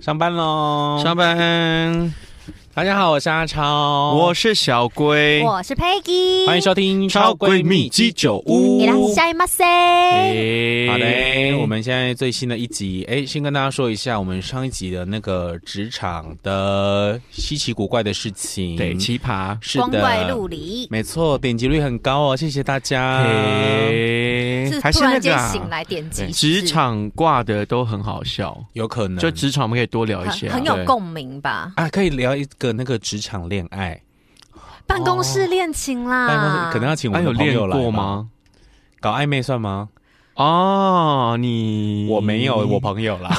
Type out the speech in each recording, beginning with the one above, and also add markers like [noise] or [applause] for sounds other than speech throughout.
上班喽！上班，大家好，我是阿超，我是小龟，我是 Peggy，欢迎收听《超闺蜜鸡酒屋伊拉下马塞。哎好嘞，我们现在最新的一集，哎，先跟大家说一下我们上一集的那个职场的稀奇古怪的事情，对奇葩，是光怪陆的，离，没错，点击率很高哦，谢谢大家。哎是还是突那个然间啊醒来点击职场挂的都很好笑，有可能就职场我们可以多聊一些啊很很有共鸣吧？啊，可以聊一个那个职场恋爱，办公室恋情但啦是，可能要请我啊们有的朋练友来吧过？吗？搞暧昧算吗？哦，你我没有， [laughs] 我朋 [laughs] 友啦。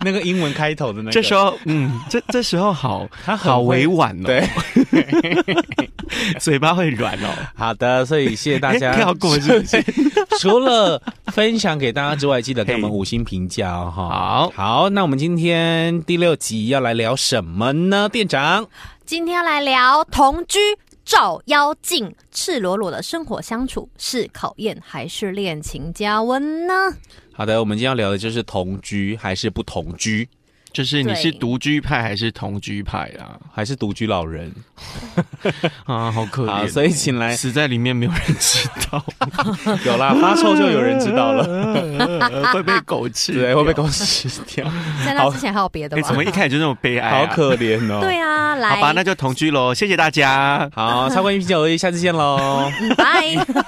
那个英文开头的那个，这时候，嗯，这这时候好他 [laughs] 很好委婉。婉哦，对，嘴巴会软哦，好的，所以谢谢大 [laughs] 家。跳过是不是？除了分享给大家之外，记得给我们嘿五星评价哦哈、好好，那我们今天第六集要来聊什么呢？店长，今天要来聊同居。照妖镜，赤裸裸的生活相处是考验还是恋情加温呢？好的，我们今天要聊的就是同居还是不同居，就是你是对独居派还是同居派啊？还是独居老人？啊，好可好，怜，所以请来 [laughs] 死在里面没有人知道，有啦，发臭就有人知道了，会被狗吃 [laughs] 掉，对，会被公司吃掉，在那之前还有别的哎，吗怎？么一开始就那么悲哀好啊？可怜哦。对啊，来，好吧，那就同居喽，谢谢大家。好，超过一啤酒而已，下次见喽。嗯拜，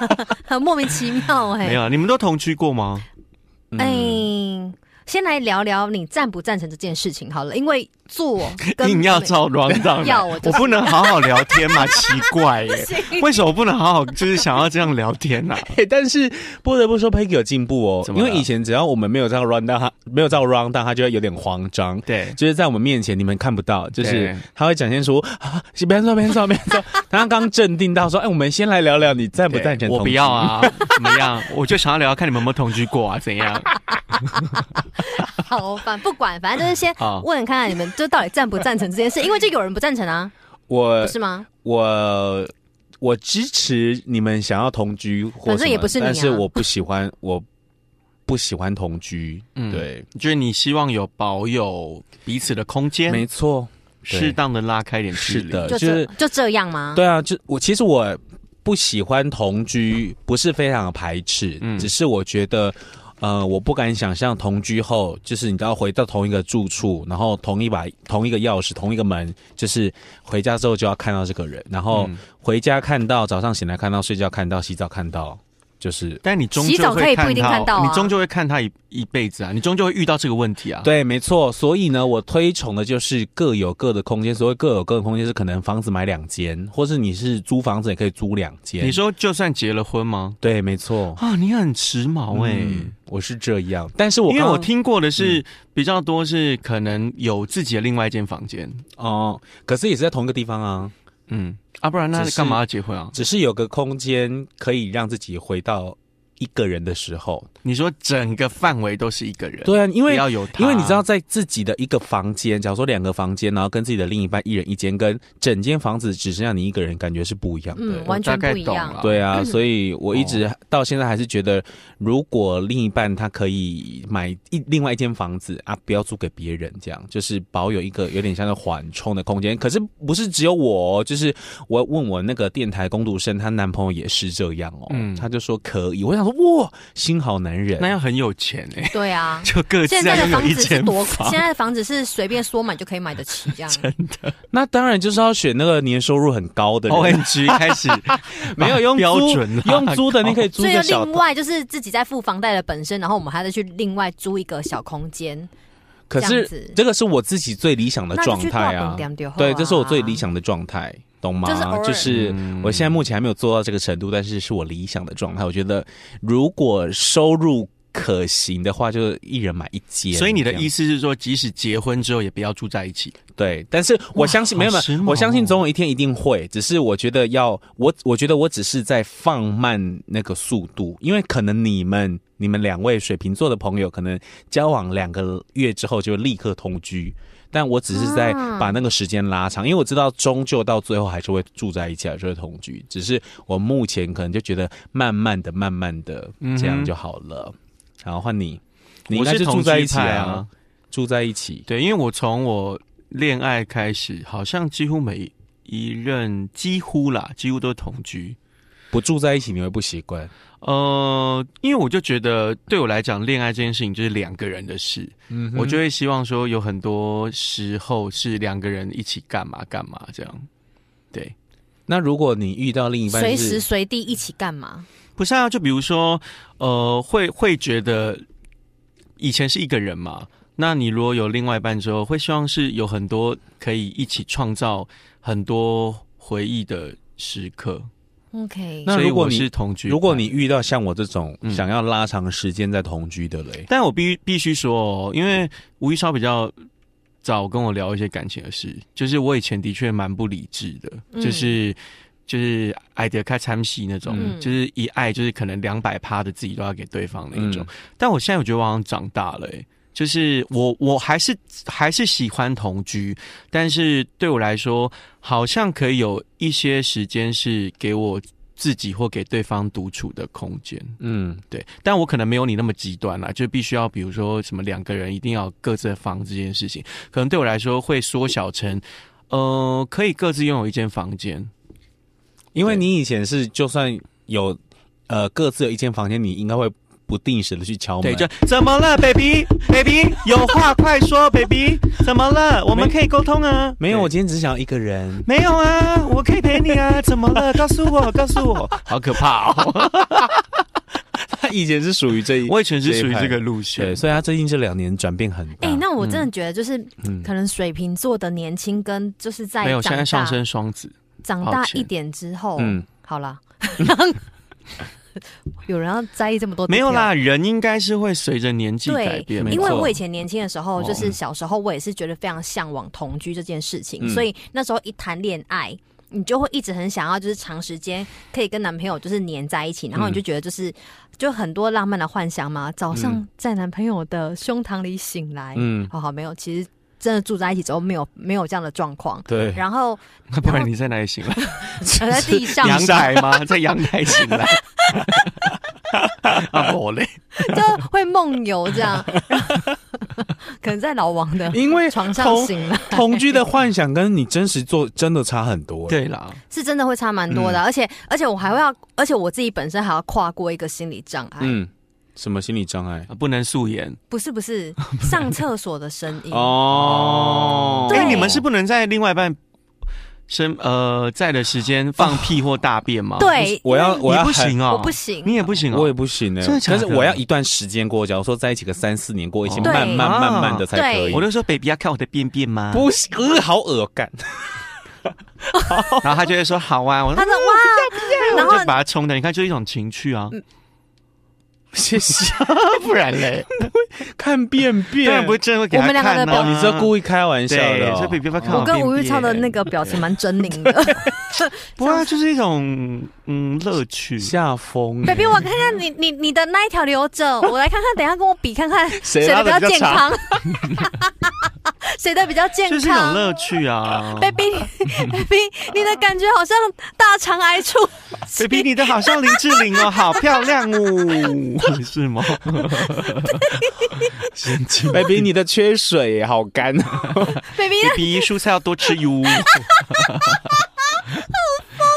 [laughs] 很莫名其妙哎、没有，你们都同居过吗？哎、嗯，先来聊聊你赞不赞成这件事情好了，因为做跟硬要照 [laughs] round down，要我就我不能好好聊天嘛？奇怪耶，为什么不能好好就是想要这样聊天啊呢、哎、但是不得不说，Peggy 有进步哦，怎么因了为以前只要我们没有这样 run down，他没有这样 run down，他就会有点慌张。对，就是在我们面前，你们看不到，就是对他会展现出啊，别说别说别说，他刚镇定到说，哎，我们先来聊聊你赞不赞成？我不 [laughs] 要，啊，怎么样？我就想要聊，看你们有没有同居过啊？怎样？好烦，不管，反正 [laughs] 就是先好问看看你们就到底赞不赞成这件事，因为就有人不赞成啊，我不是吗？我我支持你们想要同居或什么，反正也不是你啊但是我不喜欢，我不喜欢同居，嗯对，就是你希望有保有彼此的空间，没错，适当的拉开一点距是离。的，就呃就是这就这样吗？对啊，就我其实我不喜欢同居，不是非常的排斥，嗯只是我觉得。呃，我不敢想象同居后，就是你都要回到同一个住处，然后同一把、同一个钥匙、同一个门，就是回家之后就要看到这个人，然后嗯回家看到，早上醒来看到，睡觉看到，洗澡看到，就是但你终洗究澡会可以不一定看到啊你终究会看他一一辈子啊，你终究会遇到这个问题啊。对，没错。所以呢，我推崇的就是各有各的空间。所谓各有各的空间，是可能房子买两间，或是你是租房子也可以租两间。你说就算结了婚吗？对，没错。啊，你很时髦哎、嗯，我是这样，但是我因为刚嗯我刚听过的是、比较多是可能有自己的另外一间房间，哦，可是也是在同一个地方啊，嗯，啊，不然那只是干嘛要结婚啊？只是有个空间可以让自己回到一个人的时候。你说整个范围都是一个人，，对啊，因不为要有他，因为你知道，在自己的一个房间，假如说两个房间，然后跟自己的另一半一人一间，跟整间房子只剩下你一个人，感觉是不一样的。嗯，我完全大概不一懂样了。对啊，所以我一直到现在还是觉得，如果另一半他可以买一另外一间房子啊，不要租给别人，这样就是保有一个有点像是缓冲的空间。可是不是只有我、哦，就是我问我那个电台工读生，她男朋友也是这样哦，嗯他就说可以。我想说，哇，心好男人。那要很有钱哎、，对 [laughs] [laughs] 啊就各自现在要拥的有房一子是间多，房现，在的房子是随便说买就可以买得起 [laughs] 这样。那当然就是要选那个年收入很高的 [laughs] O 人， N G 开始 [laughs] 没有用租哦哎标准啊啦哦用租的，你可以租 [laughs] 所一以就个小另。外就是自己在付房贷的本身，然后我们还得去另外租一个小空间，可这是样子这个是我自己最理想的那就状去态大啊本。店就好对，这是我最啊理想的状态，懂吗？就是偶尔就是嗯我现在目前还没有做到这个程度，但是是我理想的状态。我觉得如果收入可行的话，就一人买一间。所以你的意思思是说，即使结婚之后也不要住在一起？对？但是我相信哇没有没好时髦有，哦我相信总有一天一定会。只是我觉得要我，我觉得我只是在放慢那个速度，因为可能你们你们两位水瓶座的朋友，可能交往两个月之后就立刻同居。但我只是在啊把那个时间拉长，因为我知道终究到最后还是会住在一起，还是会同居。只是我目前可能就觉得慢慢的、慢慢的嗯哼这样就好了。然后换你，你应我该是住在一起同居派啊。住在一起。对，因为我从我恋爱开始，好像几乎每一任几乎啦，几乎都同居。不住在一起你会不习惯，呃，因为我就觉得对我来讲，恋爱这件事情就是两个人的事，嗯我就会希望说有很多时候是两个人一起干嘛干嘛这样。对，那如果你遇到另一半随是时随地一起干嘛？不是啊，就比如说，呃，会会觉得以前是一个人嘛，那你如果有另外一半之后，会希望是有很多可以一起创造很多回忆的时刻。 OK，那所以如果我你是同居派，如果你遇到像我这种嗯想要拉长时间在同居的嘞，但我必必须说哦，因为吴一超比较早跟我聊一些感情的事，就是我以前的确蛮不理智的，嗯就是就是爱得开参戏那种，嗯就是一爱就是可能两百趴的自己都要给对方那一种。嗯但我现在我觉得我好像长大了、欸。就是我，我还是还是喜欢同居，但是对我来说，好像可以有一些时间是给我自己或给对方独处的空间。嗯，对，但我可能没有你那么极端啦，就必须要比如说什么两个人一定要有各自的房子这件事情，可能对我来说会缩小成，呃，可以各自拥有一间房间。因为对你以前是就算有呃各自有一间房间，你应该会不定时的去敲门。对，就怎么了，baby baby，有话快说，baby，怎么了？我们可以沟通啊。没有，我对今天只想要一个人。没有啊，我可以陪你啊。怎么了？告诉我，告诉我， [laughs] 好可怕哦！ [laughs] 他以前是属于这一， [laughs] 我以前是属于一派这个路对，线，所以他最近这两年转变很大。哎、那我真的觉得就是、嗯可能水瓶座的年轻跟就是在没有，现长在大上升双子，长抱大歉一点之后，嗯好啦， [laughs] 有人要在意这么多？没有。啦，人应该是会随着年纪改对，变，因没为错我以前年轻的时候，哦就是小时候，我也是觉得非常向往同居这件事情，嗯所以那时候一谈恋爱，你就会一直很想要，就是长时间可以跟男朋友就是黏在一起，然后嗯你就觉得就是、就很多浪漫的幻想嘛，早嗯上在男朋友的胸膛里醒来，嗯，哦好好没有，其实真的住在一起之后没有没有这样的状况，对，然 [laughs] 后那 [laughs] 不然你在哪里醒来？呃在地上阳台吗？在阳台醒来。啊，我嘞，就会梦游这样，可能在老王 [laughs] 的因为床上同醒了，同居的幻想跟你真实做真的差很多。，对啦，是真的会差蛮嗯多的。而且而且我还会要，而且我自己本身还要跨过一个心理障碍，嗯，什么心理障碍？啊不能素颜不是 [laughs] 不是上厕所的声音。哦，对哎，你们是不能在另外一半生呃在的时间放屁或大便吗？，对，我要因为我要你不很行啊，我哎不，行，你也不行啊我。也不行呢、真的假但的是我要一段时间过，假如说在一起个三四年过，一起哦慢对慢慢慢的才可以。对我就说 baby 要看我的便便吗？不行，呃，好恶 [laughs] 干。然后他就会说好啊，我他说哎说哇，然我后就把他冲的，你看就是一种情趣啊，谢谢。不然嘞，看便便，当然不会真的会给我他看们两个的啊哦，你这故意开玩笑的对，哦、所以 baby 要看我我跟吴便玉超的便那个表情蛮狰狞的。不啊，就是一种嗯乐趣。下风、 baby，我看看你你你的那一条留着，我来看看，等一下跟我比看看谁的拉比得较比较健长康， [laughs] 谁的比较健就是一种康。乐趣啊 baby baby，你的感觉好像大肠癌处置，baby，你的好像林志玲哦，好漂亮哦， [laughs] 是吗？神经 [laughs] baby，你的缺水耶好 [laughs] 干。 [laughs] baby， ，baby，蔬菜要多吃哟。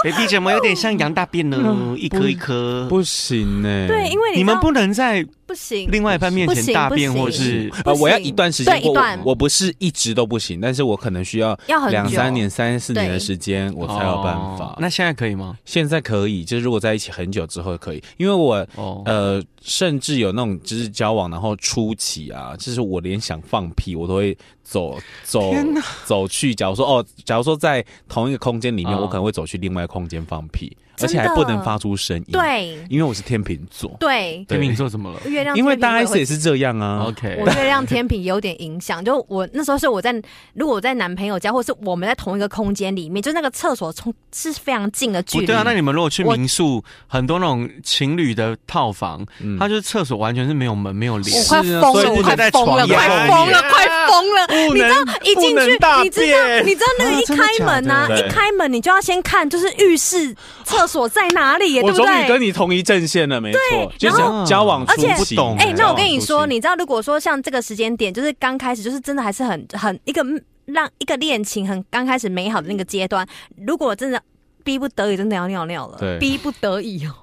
baby 怎么有点像羊大便呢？一颗一颗，不行欸呢、 [laughs] 对，因为你你们知道不能在不行，另外一半面不前行大便，不行或是呃，不行我要一段时间对过，一段我我不是一直都不行，但是我可能需要要很久两三年、三四年的对时间，我才有办法哦。那现在可以吗？现在可以，就是如果在一起很久之后可以，因为我哦，呃，甚至有那种就是交往然后初期啊，就是我连想放屁我都会走走天哪走去。假如说哦，假如说在同一个空间里面，嗯我可能会走去另外空间放屁，而真且的还不能发出声音。，对因为我是天秤座，对，天秤座怎么了月亮因为天平大我也 S 会也是这样啊。 ？OK，我月亮天平有点影响，就我那时候是我在，如果我在男朋友家，或是我们在同一个空间里面，就那个厕所从是非常近的距不离。对啊，那你们如果去我民宿，很多那种情侣的套房，嗯它就是厕所完全是没有门、没有帘我是，快啊疯所以了，我不快能在疯床了，快压疯了，你快疯了！啊不你知道能一进不去能大，你知道便你知道那个啊一真的开门假啊，的一开门你就要先看，就是浴室、厕厕所在哪里耶，对我不终于对？跟你同一阵线了，没错，对就然后是交往初而且期，不懂哎、嗯那我跟你交往说，初期你知道，如果说像这个时间点，就是刚开始，就是真的还是很很一个让一个恋情很刚开始美好的那个阶段，如果真的逼不得已，真的要尿尿了，对逼不得已哦，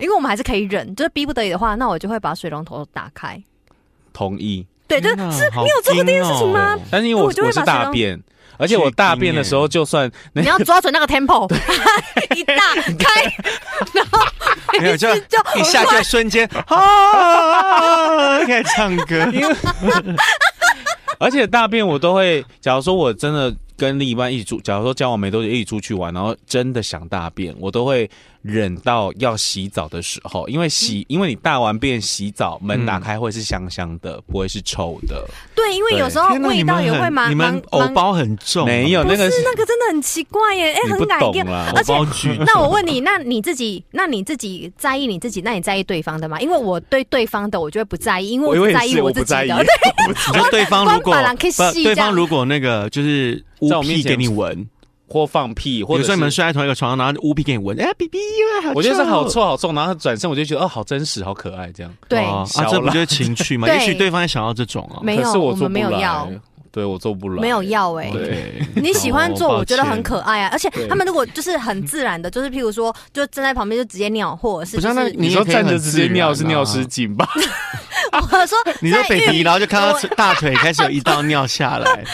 因为我们还是可以忍，就是逼不得已的话，那我就会把水龙头打开。同意。对，就是天哪是好你有做过这件惊哦事情吗？但是因为我我就会我是把水大龙便，而且我大便的时候，就算那 [laughs] 你要抓准那个 tempo，一 [laughs] 大开，然后没有就 [laughs] 一次就一下就瞬 [laughs] 间啊，开始唱 [laughs] 歌， [laughs] 而且大便我都会，假如说我真的跟另一半一起出，假如说交往没多久一起出去玩，然后真的想大便，我都会忍到要洗澡的时候，因为嗯洗，因为你大完便洗澡，门打开会是香香的，不会是臭的。对，因为对有时候天哪，味你道也们会很蛮你蛮们蛮藕包很重，啊没有不那个是那个真的很奇怪耶，哎、你不很改懂变。啦，藕包啊 [laughs] 巨重那我问你，那你自己，那你自己在意你自己，那你在意对方的吗？因为我对对方的，我就会不在意，因为我以为在你意是我自不己在意，的。对，你说对方如果光把狼可以不，吸对这样方如果那个就是乌在我面屁前给你闻， [laughs] 或放屁，比或如者说是你们睡在同一个床上，然后乌屁给你闻，哎，B B，好臭，我觉得是好臭啊好臭，然后他转身我就觉得哦，好真实，好可爱这样。 [laughs] 对哇小啊，这不狼就是情趣 [laughs] 吗？对也许对方也想要这种啊，没有可是我我做们不没有要来，对我做不来，没有要哎、对，你喜欢做，哦我觉得很。抱歉可爱啊。而且对他们如果就是很自然的，就是譬如说，就站在旁边就直接尿，或者是不是就啊那是你也说可以站着很直自接然尿是啊尿失禁 [laughs] 吧？ [laughs] 我说你说在 baby，浴然后就看到我大腿开始有一道尿下 [laughs] 来，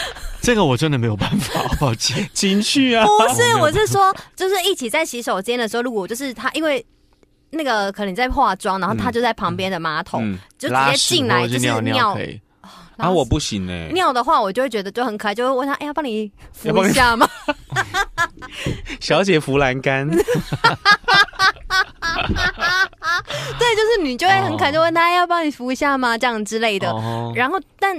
这个我真的没有办法，抱歉。情趣 [laughs] 啊，不是，我是说，就是一起在洗手间的时候，如果就是他，因为那个可能你在化妆，然后他就在旁边的马桶，嗯 [laughs] 就直拉接屎进或来者就是尿尿可。以然啊，后我不行哎，尿的话，我就会觉得就很可爱，就会问他，哎、要帮你要扶帮你一下吗？小姐扶栏杆， [laughs] 对，就是你就会很可爱，哦就问他、哎要帮你扶一下吗？这样之类的。哦然后，但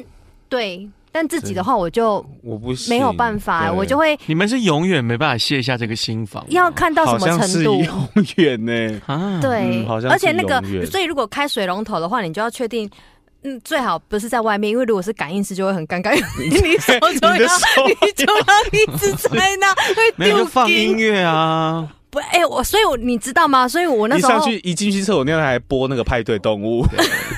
对，但自己的话，我就我不行，没有办法，我就会会你们是永远没办法卸下这个心房吗，要看到什么程度。永远呢。啊，对，嗯好像而且是那个永，远所以如果开水龙头的话，你就要确定，嗯，最好不是在外面，因为如果是感应式就会很尴尬，因为 [laughs] 你手就要，你的手你就要一直在那，没会有丢就放音音。乐啊。不，哎、我所以我你知道吗？所以 [laughs] 我那一时候上，去一进去厕所，那还播那个派对动 [laughs] 物，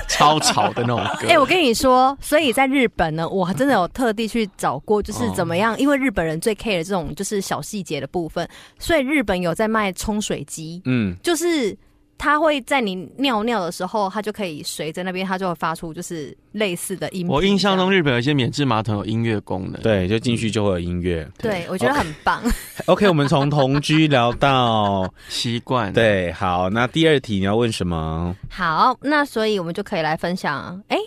超吵的那种歌。哎、我跟你说，所以在日本呢，我真的有特地去找过，哦就是怎么样，因为日本人最 care 这种就是小细节的部分，所以日本有在卖冲水机，嗯，就是它会在你尿尿的时候，它就可以随着那边，它就会发出就是类似的音频。我印象中这样，日本有一些免治马桶有音乐功能，对，就进去就会有音乐。对我觉得很棒。 [laughs] OK，我们从同居聊到习惯。，对，好，那第二题你要问什么？好，那所以我们就可以来分享，哎、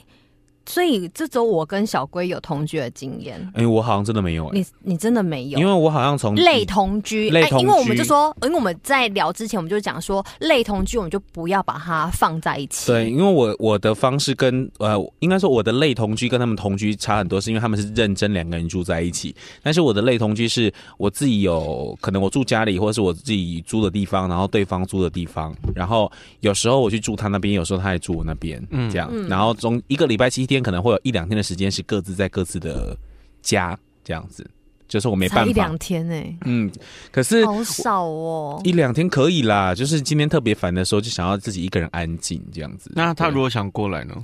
所以这周我跟小龟有同居的经验，哎，我好像真的没有哎，你你真的没有？因为我好像从类同居，类哎同居因为我们就说，因为我们在聊之前，我们就讲说，类同居我们就不要把它放在一起。对，因为我我的方式跟呃，应该说我的类同居跟他们同居差很多，是因为他们是认真两个人住在一起。但是我的类同居是我自己有可能我住家里，或者是我自己租的地方，然后对方租的地方，然后有时候我去住他那边，有时候他也住我那边，嗯这样。然后中一个礼拜七天可能会有一两天的时间是各自在各自的家这样子，就是我没才办一法两，天哎、嗯，可是好少哦。一两天可以啦，就是今天特别烦的时候，就想要自己一个人安静这样子。那他对如果想过来呢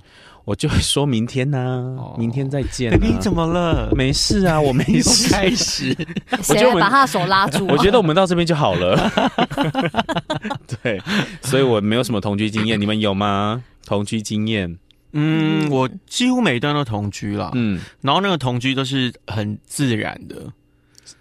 我就会说明天呢、哦明天再见、啊。 ？baby 你怎么了？没事 [laughs] 啊？我没事。开始，我觉谁得我来们把他的手拉住、啊？ [laughs] 我觉得我们到这边就好了。 [laughs] 对，所以我没有什么同居经验，你们有吗？同居经验， [laughs] 嗯，我几乎每一段都同居啦，嗯，然后那个同居都是很自然的，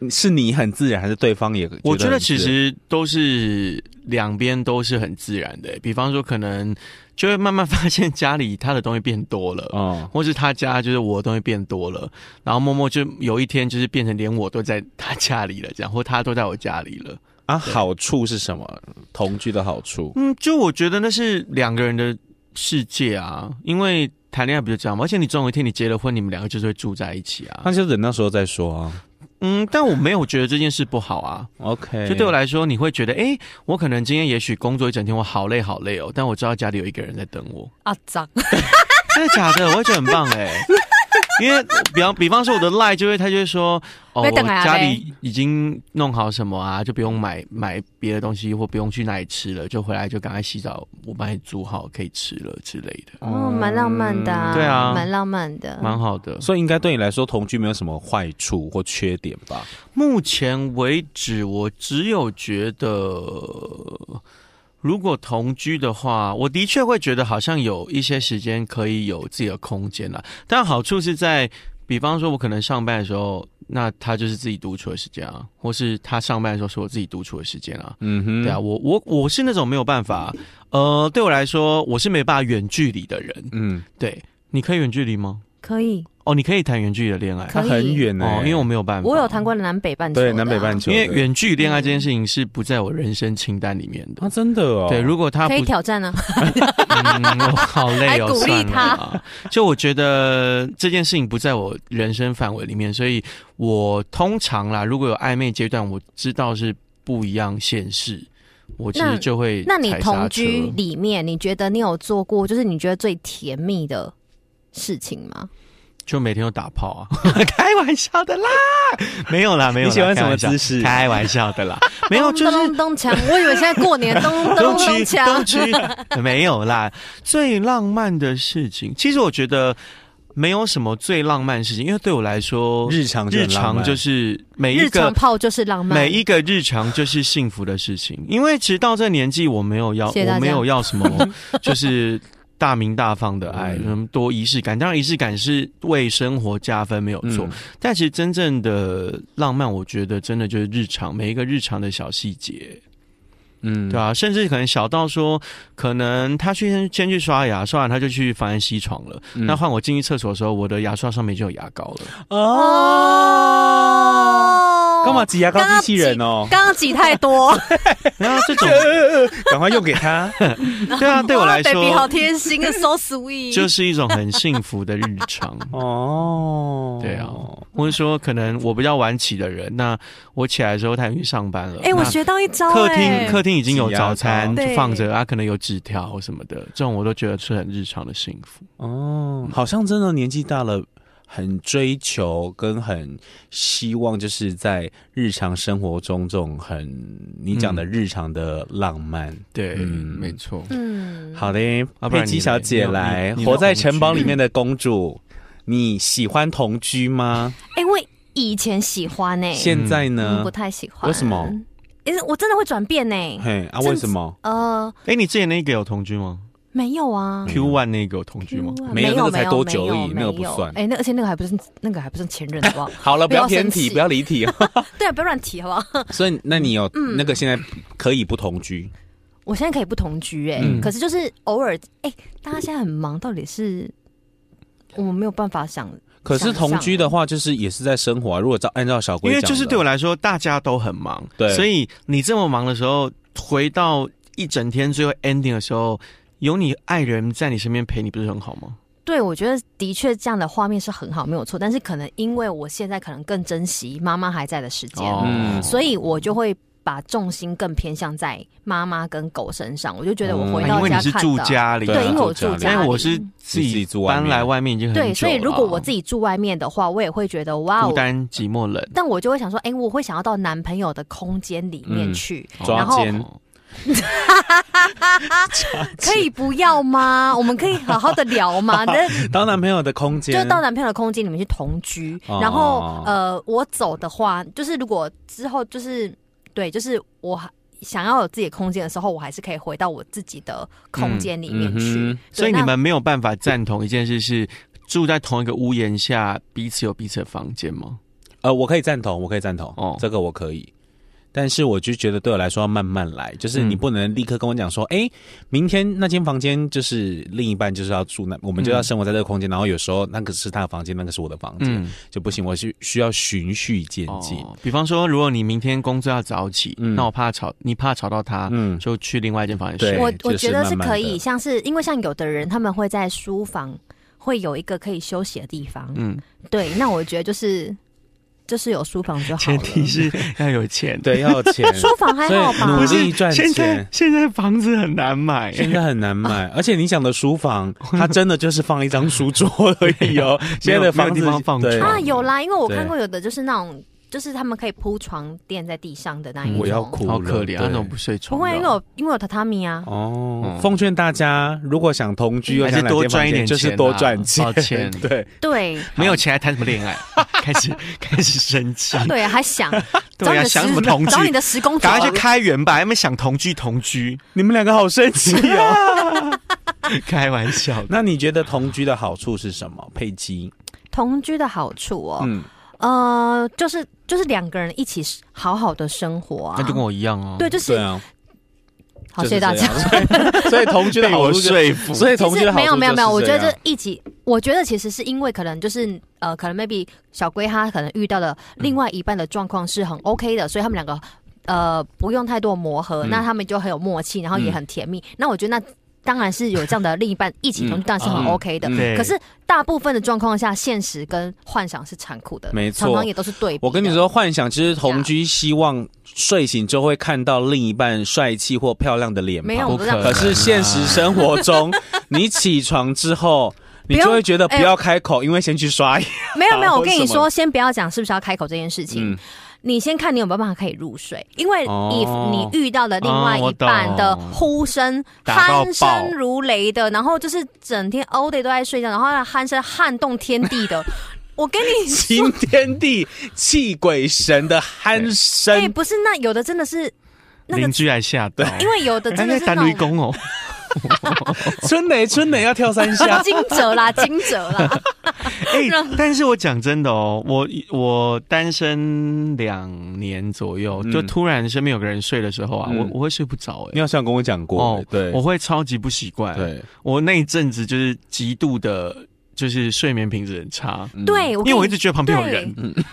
是你很自然，还是对方也？我觉很得其自然实都是两边都是很自然的、比方说可能就会慢慢发现家里他的东西变多了，哦，或是他家就是我的东西变多了，然后默默就有一天就是变成连我都在他家里了，这样 [laughs] 或他都在我家里了。啊，对好处是什么？同居的好处，嗯，就我觉得那是两个人的世界啊，因为谈恋爱不就这样吗？而且你总有一天你结了婚，你们两个就是会住在一起啊那。就等那时候再说啊。嗯，但我没有觉得这件事不好啊。 OK，就对我来说，你会觉得，哎、我可能今天也许工作一整天，我好累好累哦，但我知道家里有一个人在等我，啊脏， [laughs] 真的假的？我会觉得很棒哎、因为比方比方说我的 line 就会他就会说哦，没我等啊家没里已经弄好什么啊，就不用买买别的东西或不用去哪里吃了，就回来就赶快洗澡，我帮你煮好可以吃了之类的，哦，蛮浪漫的、啊，对啊蛮浪漫的，蛮好的。所以应该对你来说，同居没有什么坏处或缺点吧？目前为止，我只有觉得，如果同居的话，我的确会觉得好像有一些时间可以有自己的空间了。但好处是在，比方说，我可能上班的时候，那他就是自己独处的时间啊，或是他上班的时候是我自己独处的时间啊。嗯哼，对啊，，我我我是那种没有办法，呃，对我来说，我是没办法远距离的人。嗯，对，你可以远距离吗？可以。哦，你可以谈远距离的恋爱可它很远呢、哦，因为我没有办法。我有谈过南北半球的啊、对南北半球，因为对远距离恋爱这件事情是不在我人生清单里面的。啊，真的哦，对，如果他不可，以挑战啊， [laughs] 嗯，我好累哦，还鼓励算了啊。就我觉得这件事情不在我人生范围里面，所以我通常啦，如果有暧昧阶段，我知道是不一样现实，我其那实就会那你踩刹同居车里面，你觉得你有做过就是你觉得最甜蜜的事情吗？就每天都打炮啊， [laughs] 开玩笑的啦，没有啦，没有你啦。喜欢开什么玩笑姿势开玩笑的啦，没 [laughs] 有，哦就是咚咚咚锵，我以为现在 [laughs] 过年 [laughs] 咚咚咚去锵东。区没有啦。最浪漫的事情，其实我觉得没有什么最浪漫的事情，因为对我来说，日常就日很浪常漫就是每一日常个泡就是浪漫，每一个日常就是幸福的事情。因为其实到这年纪，我没有要，谢谢大家我没有要什么，就是。大名大放的爱，嗯那么多仪式感，当然仪式感是为生活加分，没有错。嗯但其实真正的浪漫，我觉得真的就是日常，每一个日常的小细节。嗯对啊，甚至可能小到说，可能他去先先去刷牙，刷完他就去房间洗床了。嗯那换我进去厕所的时候，我的牙刷上面就有牙膏 [laughs] 了。哦，哦干嘛？挤牙膏刚刚机器人哦？刚刚挤太多，然后这 [laughs] 种，赶快用给他。对啊， [laughs] 对我来 b a b y 好说，贴心，so [laughs] 啊 sweet。就是一种很幸福的日常。 [laughs] 哦，对啊，或者说，可能我比较晚起的人，那我起来的时候他已经去上班了。哎、我那学到一招、客哎厅客厅已经有早餐挤牙膏就放着啊，可能有纸条什么的，这种我都觉得是很日常的幸福。哦，好像真的年纪大了。很追求跟很希望，就是在日常生活中这种很你讲的日常的浪漫。对，嗯没错。嗯，好嘞，啊不佩然姬你小姐你来，你你活在同城堡居里面的公主，你喜欢同居吗？哎、我以前喜欢哎、现在嗯呢不？太喜欢，为什么？因为我真的会转变呢、嘿啊，这为什么？呃，哎，你之前那个有同居吗没有啊。嗯没有？Q one 那个有同居吗？没有那个才没有多久而没有已那个不没有算哎、那而且那个还不是那个还不是前任，好 [laughs] 不好？好了，不不要要偏生题，气不要离 [laughs] 题。对啊，不要乱提，好不好？所以，那你有那个现在可以不同居？我现在可以不同居哎、嗯可是就是偶尔哎、大家现在很忙，到底是我们没有办法想，可是想象同居的话，就是也是在生活啊。如果照按照小因规，为就是对我，来说，大家都很忙，对所以你这么忙的时候，回到一整天最后 ending 的时候，有你爱人在你身边陪你，不是很好吗？对我觉得的确这样的画面是很好，没有错。但是可能因为我现在可能更珍惜妈妈还在的时间，哦嗯所以我就会把重心更偏向在妈妈跟狗身上。我就觉得我嗯回哦因到为家你是看住到，家里，对对，因为我住住家家里因为里，我是自你自己己住外面搬来外面已经很久了啊对，所以如果我自己住外面的话，我也会觉得哇孤哦。单寂寞冷，但我就会想说，哎、我会想要到男朋友的空间里面嗯去，抓然后奸可以不要吗？我们可以好好的聊 [laughs] 吗？那当男朋友的空间，就到男朋友的空间里面去同居，哦然后呃，我走的话，就是如果之后就是对，就是我还想要有自己的空间的时候，我还是可以回到我自己的空间里面去。嗯嗯哼对所以你那们没有办法赞同一件事是住在同一个屋檐下，彼此有彼此的房间吗？呃，我可以赞同，我可以赞同，哦这个我可以。但是我就觉得对我来说要慢慢来，就是你嗯不能立刻跟我讲说，哎、明天那间房间就是另一半就是要住那，我们就要生活在这个空间，然后有时候那个是他的房间，那个是我的房间，嗯，就不行，我是需要循序渐进。哦，比方说，如果你明天工作要早起，嗯那我怕吵，你怕吵到他，嗯，就去另外一间房间对睡。我就我是觉得是慢慢可地以，像是因为像有的人他们会在书房会有一个可以休息的地方，嗯，对，那我觉得就是就是有书房就 [laughs] 好 [laughs] 前了。提是要有钱。，对，要有钱，书房还所好以吧？努不是力赚现在钱。现在房子很难买，现在很难买，而且你想的书房，它真的就是放一张书桌而已哦。现在的房没有地子方放对床啊，有啦，因为我对看过有的就是那种，就是他们可以铺床垫在地上的那一种。嗯我要哭了，哎好可怜，对那种不睡不床的哦，会，因为我因为有榻榻米啊。哦嗯，奉劝大家，如果想同居又还想是两多间房赚一间点就是钱多啊赚抱歉 [laughs] 对，对没有钱还谈什么恋爱？ [laughs] 开始开始生气，对，[laughs] 还想找对啊你呀，的想什么十同居找？你的十公主赶啊，快去开源吧，他们想同居同居，你们两个好生气哦。开玩笑的。那你觉得同居的好处是什么？佩姬，同居的好处哦，嗯，呃，就是就是两个人一起好好的生活啊。 [laughs] 那就跟我一样哦，对，，就是、对啊，好，就谢谢是大这家。样。所以所以同居的 [laughs] 被好我处就，说服。所以同 [laughs] 其居实的好没处有没有没有，我就觉是这得样这一起，我觉得其实是因为可能就是呃，可能 maybe 小龟他可能遇到的另外一半的状况是很 OK 的，所以他们两个呃不用太多磨合，嗯那他们就很有默契，然后嗯也很甜蜜。那我觉得那当然是有这样的另一半一起同居，当然是很嗯 OK 的。嗯对，可是大部分的状况下，现实跟幻想是残酷的，没错常常也都是对比的我跟你，说，幻想其实同居希望睡醒就会看到另一半帅气或漂亮的脸没有，庞，不我不这样可可想。是现实生活 [laughs] 中，你起床之后。你不要就会觉得不哎要开口，因为先去刷牙。没有没有，或我跟什么你说，先不要讲是不是要开口这件事情。嗯你先看你有没有办法可以入睡，因为哦 if 你遇到的另外一半哦我的懂呼声、打到爆鼾声如雷的，然后就是整天 all day 都在睡觉，然后那鼾声撼动天地的，我跟你说惊，天地泣鬼神的鼾哎、声，不是那有的真的是那个邻，居还吓到，因为有的他真的在是那打雷公种 [laughs] 哦，春蕾春蕾要跳三下，惊蛰啦，惊蛰 [laughs] 啦，哎、但是我讲真的哦，我我单身两年左右，嗯就突然身边有个人睡的时候啊，嗯我我会睡不着哎、你好像跟我讲过，哦对我会超级不习惯。，对我那一阵子就是极度的，就是睡眠品质很差，嗯对，我因为我一直跟你嗯觉得旁边有人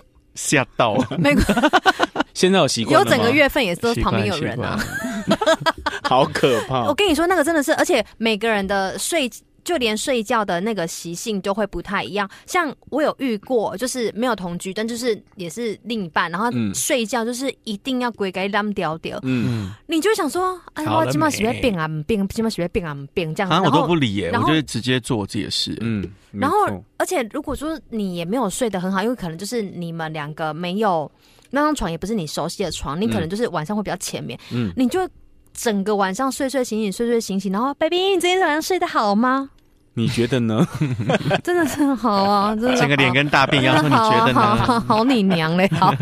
[laughs] 吓到，美国现在有习惯有了吗，整个月份也都习旁惯哦边有人啊。习惯好可怕 [laughs] 我。跟你说，那个真的是，而且每个人的睡，就连睡觉的那个习性就会不太一样。像我有遇过，就是没有同居，但就是也是另一半，然后嗯睡觉就是一定要鬼给烂掉掉，嗯，嗯，你就会想说，哎，好了我没今晚喜欢变啊不变，今晚喜欢变啊不变这样好子。像我然都后不，理耶、然我后就直接做我自己的事。嗯，没然后错而且如果说你也没有睡得很好，因为可能就是你们两个没有那张床，也不是你熟悉的床，你可嗯能就是晚上会比较浅眠，嗯你就。整个晚上睡睡醒醒睡睡醒醒，然后 baby，你昨天晚上睡得好吗？你觉得呢？真的是很好啊，真的整个脸跟大便一样，说你觉得 [laughs] 好啊好呢？啊好你娘嘞！好，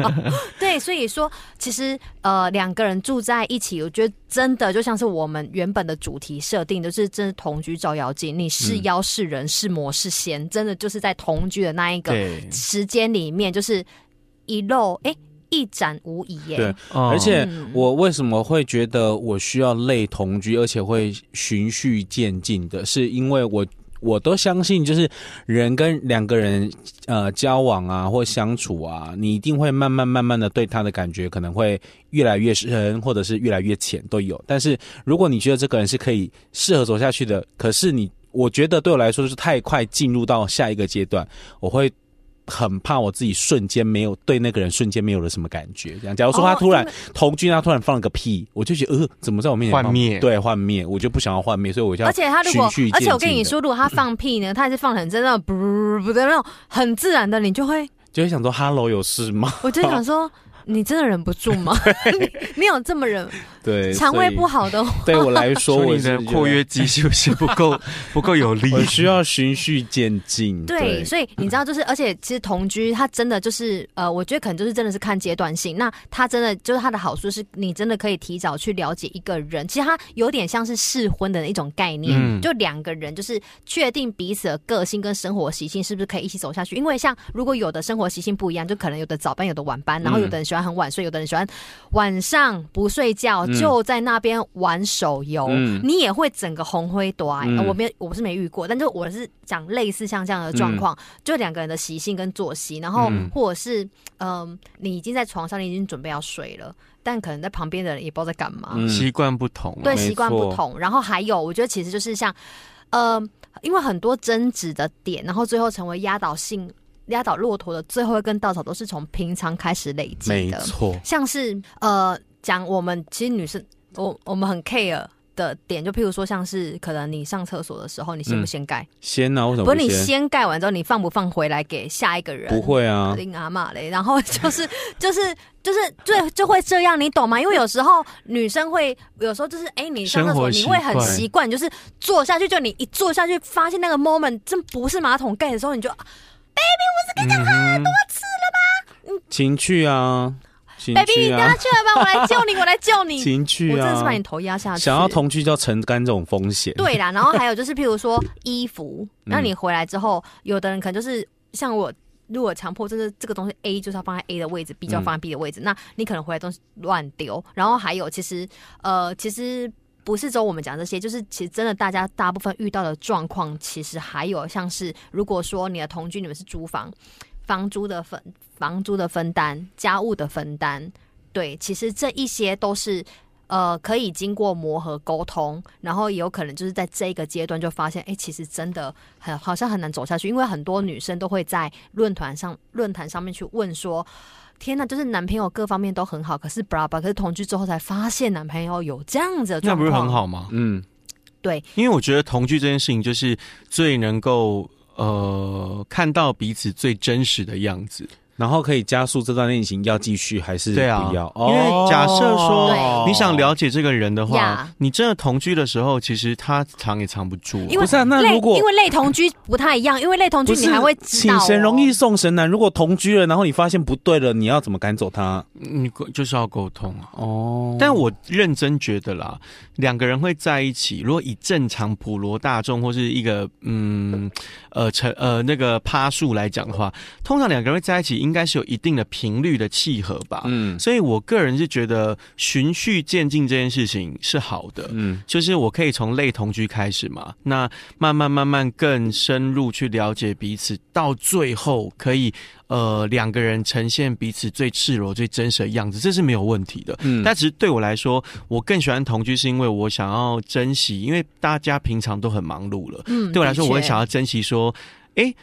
对，所以说其实呃两个人住在一起，我觉得真的就像是我们原本的主题设定，就是真的同居照妖镜，你是妖是人是魔是仙，真的就是在同居的那一个对，时间里面，就是一露哎、一展无遗耶、对哦而且嗯我为什么会觉得我需要类同居，而且会循序渐进的，是因为我。我都相信，就是人跟两个人呃交往啊，或相处啊，你一定会慢慢慢慢的对他的感觉可能会越来越深，或者是越来越浅都有。但是如果你觉得这个人是可以适合走下去的，可是你我觉得对我来说就是太快进入到下一个阶段，我会很怕我自己瞬间没有对那个人瞬间没有了什么感觉。这样，假如说他哦突然、因为同居啊他突然放了个屁，我就觉得呃，怎么在我面前放幻灭对，幻灭，我就不想要幻灭，所以我就要而且他如果循序，而且我跟渐进你的说，如果他放屁呢，他也是放得很真的，不不的那种很自然的，你就会就会想说，Hello，有事吗？ [laughs] 我就 [laughs] 想说，你真的忍不住吗？ [laughs] 你你有这么忍？对，肠胃不好。好的，对我来说，说我你是 [laughs] 的觉得括约肌是不是不够 [laughs] 不够有力？我需要循序渐进。对，嗯对，所以你知道，就是而且其实同居，它真的就是呃，我觉得可能就是真的是看阶段性。那它真的就是它的好处是，你真的可以提早去了解一个人，其实它有点像是试婚的一种概念，嗯就两个人就是确定彼此的个性跟生活习性是不是可以一起走下去。因为像如果有的生活习性不一样，就可能有的早班，有的晚班，然后有嗯的人喜欢很晚睡，有的人喜欢晚上不睡觉，嗯就在那边玩手游，嗯你也会整个红灰夺爱。嗯呃我没有，我不是没遇过，但就我是讲类似像这样的状况，就两个人的习性跟作息，然后嗯或者是嗯、你已经在床上，你已经准备要睡了，但可能在旁边的人也不知道在干嘛，嗯习惯不同啊，对，没习惯不错同。然后还有，我觉得其实就是像呃，因为很多争执的点，然后最后成为压倒性。压倒骆驼的最后一根稻草都是从平常开始累积没的，错，像是呃，讲我们其实女生，我我们很 care 的点，就譬如说像是可能你上厕所的时候，你先不嗯先盖，先呢、啊？为什不么是你先？先盖完之后，你放不放回来给下一个人？不会啊，林阿妈嘞，然后就是 [laughs] 就是就是就就会这样，你懂吗？因为有时候女生会，有时候就是哎、你上厕生所活你习会很惯习惯，就是坐下去，就你一坐下去，发现那个 moment 真不是马桶盖的时候，你就嗯哼，情趣啊，情 baby 你趣压啊，去了吧，我来救你，我来救你， [laughs] 情我趣真的是啊把你，头压下去。想要同居就要承担这种风险。对啦，然后还有就是，譬如说衣服，那你回来之后，有的人可能就是像我，如果强迫就是这个东西 A 就是要放在 A 的位置，B 就要放在 B 的位置，那你可能回来东西乱丢。然后还有其实呃，其实。不是只有我们讲这些，就是其实真的大家大部分遇到的状况，其实还有像是，如果说你的同居你们是租房，房租的分房租的分担、家务的分担，对，其实这一些都是呃，可以经过磨合沟通，然后也有可能就是在这一个阶段就发现，哎、其实真的很好像很难走下去，因为很多女生都会在论坛上论坛上面去问说。天呐，就是男朋友各方面都很好，可是 bra bra，可是同居之后才发现男朋友有这样子的那状不况，是很好吗？嗯，因为我觉得同居这件事情就是最能够呃看到彼此最真实的样子。然后可以加速这段恋情要继续还是对啊不要？因为假设说哦对你想了解这个人的话呀你真的同居的时候，其实他藏也藏不住、因为不是啊那类如果因为类同居不太一样，因为类同居不是你还会知道、请哦，神容易送神难。如果同居了，然后你发现不对了，你要怎么赶走他？你就是要沟通啊。哦，但我认真觉得啦，两个人会在一起，如果以正常普罗大众或是一个嗯呃成呃那个趴数来讲的话，通常两个人会在一起，应该是有一定的频率的契合吧。嗯所以我个人是觉得循序渐进这件事情是好的。嗯，就是我可以从类同居开始嘛，那慢慢慢慢更深入去了解彼此，到最后可以呃两个人呈现彼此最赤裸、最真实的样子，这是没有问题的。嗯但其实对我来说，我更喜欢同居，是因为我想要珍惜，因为大家平常都很忙碌了。嗯，对我来说，的我会确想要珍惜，说，诶，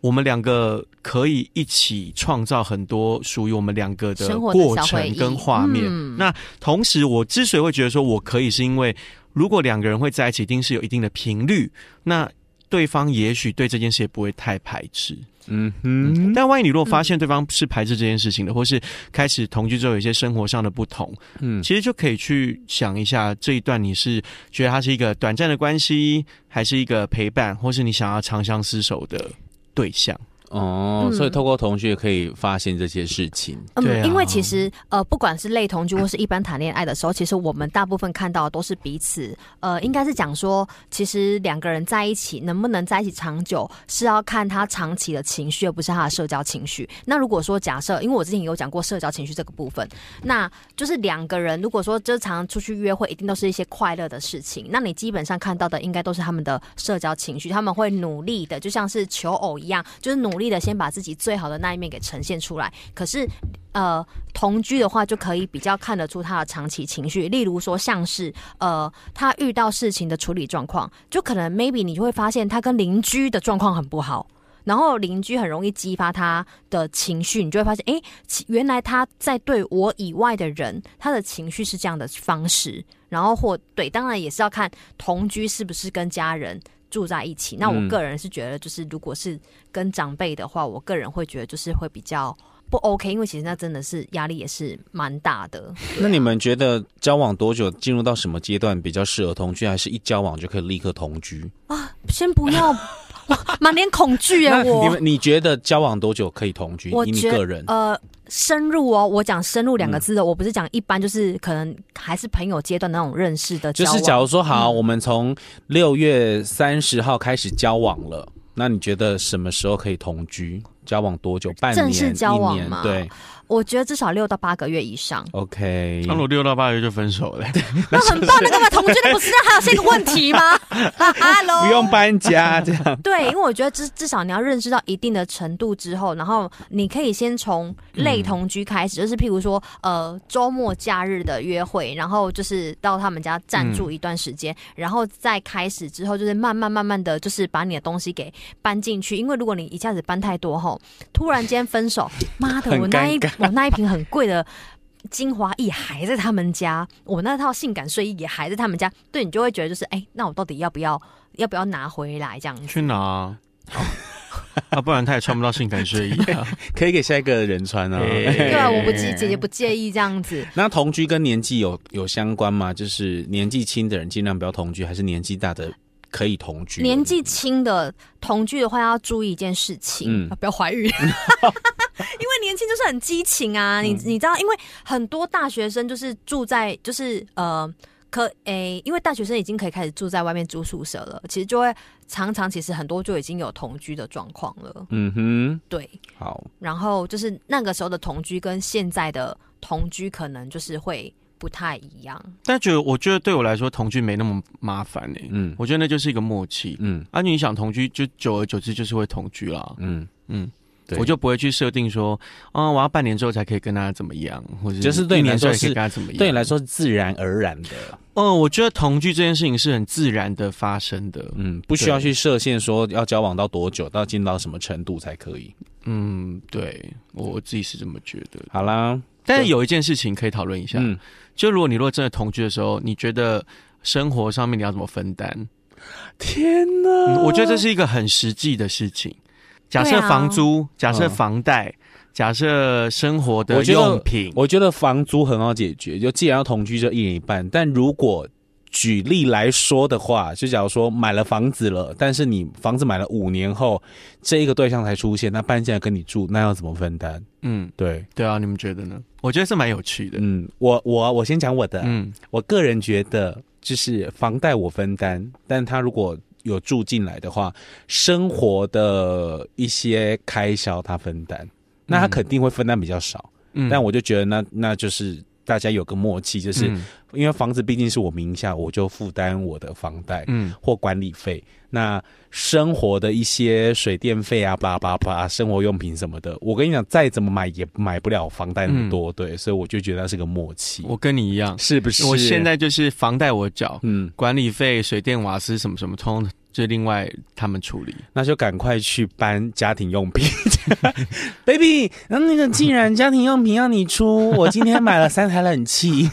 我们两个可以一起创造很多属于我们两个的生活的过小回程忆跟画面。嗯那同时，我之所以会觉得说我可以，是因为如果两个人会在一起，一定是有一定的频率。那对方也许对这件事也不会太排斥，嗯嗯，但万一你如果发现对方是排斥这件事情的，或是开始同居之后有一些生活上的不同，嗯其实就可以去想一下这一段你是觉得它是一个短暂的关系，还是一个陪伴，或是你想要长相厮守的对象。哦，嗯所以透过同学可以发现这些事情。对嗯，啊因为其实呃，不管是类同居或是一般谈恋爱的时候，其实我们大部分看到的都是彼此呃，应该是讲说，其实两个人在一起能不能在一起长久，是要看他长期的情绪，而不是他的社交情绪。那如果说假设，因为我之前有讲过社交情绪这个部分，那就是两个人如果说就常常出去约会，一定都是一些快乐的事情，那你基本上看到的应该都是他们的社交情绪，他们会努力的，就像是求偶一样，就是努力的先把自己最好的那一面给呈现出来。可是呃，同居的话就可以比较看得出他的长期情绪，例如说像是呃，他遇到事情的处理状况，就可能 maybe 你就会发现他跟邻居的状况很不好。然后邻居很容易激发他的情绪，你就会发现，哎，其原来他在对我以外的人，他的情绪是这样的方式。然后或对，当然也是要看同居是不是跟家人住在一起。那我嗯个人是觉得，就是如果是跟长辈的话，我个人会觉得就是会比较不 OK，因为其实那真的是压力也是蛮大的。那你们觉得交往多久，进入到什么阶段比较适合同居，还是一交往就可以立刻同居？先 [laughs] 不要，满脸恐惧耶！你我们你觉得交往多久可以同居我？以你觉个人，嗯呃，深入哦，我讲深入两个字哦的，我不是讲一般，就是可能还是朋友阶段那种认识的就交往。嗯是假如说好，我们从六月三十号开始交往了，那你觉得什么时候可以同居？交往多久？半年、正式交往一年吗对我觉得至少六到八个月 [laughs] 以上， ，OK。那我六到八月就分手 [laughs] 了，那很棒。那干嘛同居的不是那还有是一个问题 [laughs] 吗 [laughs] ？Hello，不用搬家， [laughs] 这样对，因为我觉得至至少你要认识到一定的程度之后，然后你可以先从嗯类同居开始，就是譬如说呃周末假日的约会，然后就是到他们家嗯暂住一段时间，然后再开始之后，就是慢慢慢慢的就是把你的东西给搬进去，因为如果你一下子搬太多吼，友突然间分手，妈的，很我那一尴尬我那一瓶很贵的精华液还在他们家，我那套性感睡衣也还在他们家，对你就会觉得就是，哎、那我到底要不要要不要拿回来这样子？去拿啊， [laughs] 啊不然他也穿不到性感睡衣啊。可以给下一个人穿啊。对对啊，我不介姐姐不介意这样子。那同居跟年纪有有相关吗？就是年纪轻的人尽量不要同居，还是年纪大的可以同居？年纪轻的同居的话，要注意一件事情，嗯啊不要怀孕，因 [laughs] 为年轻就是很激情啊。你你知道，因为很多大学生就是住在就是呃。可诶、因为大学生已经可以开始住在外面租宿舍了，其实就会常常其实很多就已经有同居的状况了，嗯哼，对。好，然后就是那个时候的同居跟现在的同居可能就是会不太一样，但觉得我觉得对我来说同居没那么麻烦呢、嗯我觉得那就是一个默契。嗯啊，你想同居，就久而久之就是会同居啦。嗯，嗯，对我就不会去设定说，啊、我要半年之后才可以跟他怎么样，或者就是对一你来年之说后才可以是跟他怎么样。对你来说是自然而然的，嗯、我觉得同居这件事情是很自然的发生的。嗯，不需要去设限说要交往到多久，到进到什么程度才可以。嗯，对我自己是这么觉得。好啦，但是有一件事情可以讨论一下，嗯，就如果你如果真的同居的时候，你觉得生活上面你要怎么分担？天哪，嗯，我觉得这是一个很实际的事情。假对设啊房租，假设嗯房贷，假设生活的我觉得用品，我觉得房租很好解决，就既然要同居，就一人一半。但如果举例来说的话，就假如说买了房子了，但是你房子买了五年后，这一个对象才出现，那搬进来跟你住，那要怎么分担？嗯，对，对啊，你们觉得呢？我觉得是蛮有趣的。嗯，我我我先讲我的，嗯，我个人觉得就是房贷我分担，但他如果有住进来的话，生活的一些开销他分担，那他嗯肯定会分担比较少。嗯但我就觉得那那就是大家有个默契，就是、嗯因为房子毕竟是我名下，我就负担我的房贷。嗯或管理费，那生活的一些水电费啊，巴拉巴拉巴拉，生活用品什么的，我跟你讲，再怎么买也买不了房贷那么多，对，所以我就觉得它是个默契，嗯我跟你一样，是不是？我现，在就是房贷我缴，嗯，管理费、水电瓦斯什么什么，通通就另外他们处理。那就赶快去搬家庭用品 [laughs] ，baby。那那个既然家庭用品要你 [laughs] 出，我今天买了三台冷气，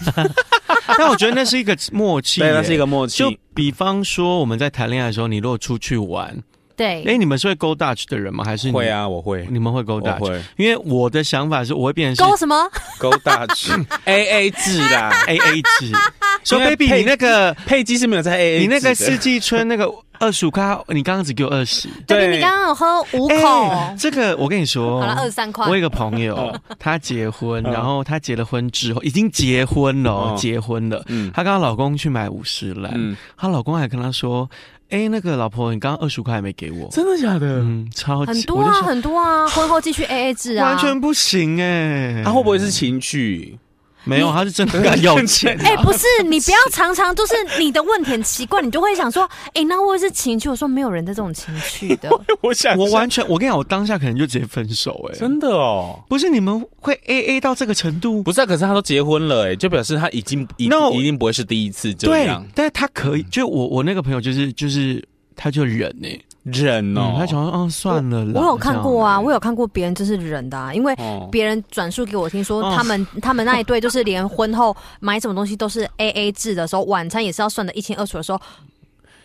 但我觉得那是一个默契 [laughs] 耶、对，那是一个默就契。比方说我们在谈恋爱的时候，你如果出去玩，对，哎、你们是会 go Dutch 的人吗？还是你会？啊，我会，你们会 go 我 Dutch？会因为我的想法是，我会变成勾是。什么？勾大去 [laughs] A A 制啦 A A 制， [laughs] 说因为 baby，配你那个配机是没有在 A A，你那个四季春那个二十五块，你刚刚只给我二十，对，对你刚刚有喝五口，哎这个我跟你说，好了，二十三块我。有一个 [laughs] 朋友，她结婚，嗯然后她结了婚之后，已经结婚了哦，嗯结婚了。嗯她跟她老公去买五十兰，嗯，她老公还跟她说：“哎，那个老婆，你刚刚二十块还没给我。真的假”的？嗯，超级很多我就啊，想很多啊，婚后继续 A A 制啊，完全不行哎。他啊会不会是情趣？没有？你她是真的要钱。哎、不是，你不要常常就是你的问题很奇怪，你就会想说，哎、那会不会是情趣？我说没有人在这种情 [laughs] 趣的， [laughs] 我想我完全，我跟你讲，我当下可能就直接分手哎。真的哦，不是你们会 A A 到这个程度？不是、啊，可是他都结婚了，哎，就表示他已经一 No 一定不会是第一次这对样，但是她可以，就我我那个朋友就是就是。他就忍呢、欸，忍哦嗯，，他想说，嗯、算了啦。我有看过这啊，样我有看过别人就是忍的、啊，因为。哦别人转述给我听说，哦他们、他们那一对就是连婚后买什么东西都是 A A 制的时候，晚餐也是要算的一清二楚的时候，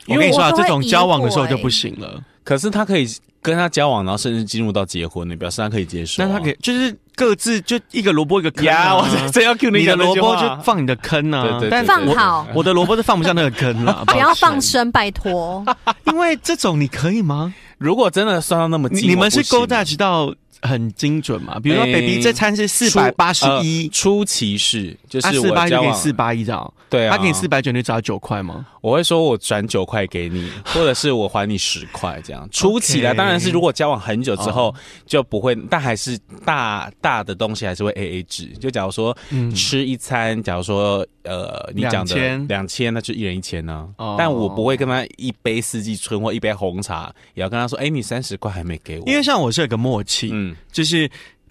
我跟你说啊，我都这会种疑交往的惑时候就欸不行了。可是他可以跟他交往，然后甚至进入到结婚，你表示他可以接受、啊那他可以就是各自就一个萝卜一个坑呀，我啊，真要 Q 你的讲这萝句卜话就放你的坑啊对对，但对放对好我的萝卜是放不下那个坑了，哎不要抱歉放，生，拜托。因为这种你可以吗？如果真的算到那么你近，你们是 go 勾 touch 到很精准嘛？比如说诶 baby 这餐是四百八十一，呃初期是呃就是啊四我八就交给往四八一找，对啊，他给你四百九，你找九块吗？我会说我转九块给你，或者是我还你十块这样。 [laughs] 初期的 OK 哦当然是如果交往很久之后就不会，但还是大大的东西还是会 A A 制。就假如说嗯，吃一餐，假如说呃你讲的2000两千，那就一人一千呢哦。但我不会跟他一杯四季春或一杯红茶，也要跟他说，哎，你三十块还没给我，因为像我是有个默契，嗯就是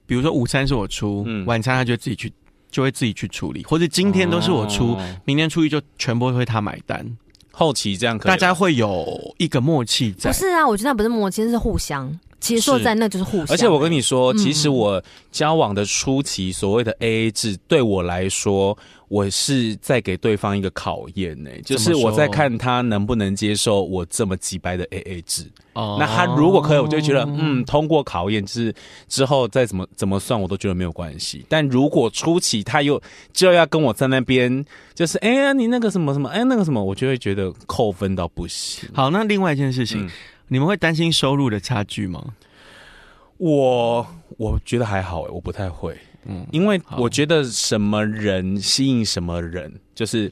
比如说午餐是我出，嗯晚餐他就自己去，就会自己去处理，或者今天都是我出，哦明天出去就全部会他买单，后期这样可以啊大吗家会有一个默契在不。是啊，我觉得那不是默契，那是互相。其实说在那就是互相。而且我跟你说，嗯其实我交往的初期，所谓的 AA 制，对我来说，我是在给对方一个考验呢、就是我在看他能不能接受我这么几掰的 AA 制。哦那他如果可以，我就觉得嗯，通过考验之之后再怎么怎么算，我都觉得没有关系。但如果初期他又就要跟我在那边，就是哎、呀，你那个什么什么，哎、那个什么，我就会觉得扣分到不行。好，那另外一件事情，嗯你们会担心收入的差距吗？我我觉得还好、欸，我不太会，嗯嗯，因为好我觉得什么人吸引什么人，就是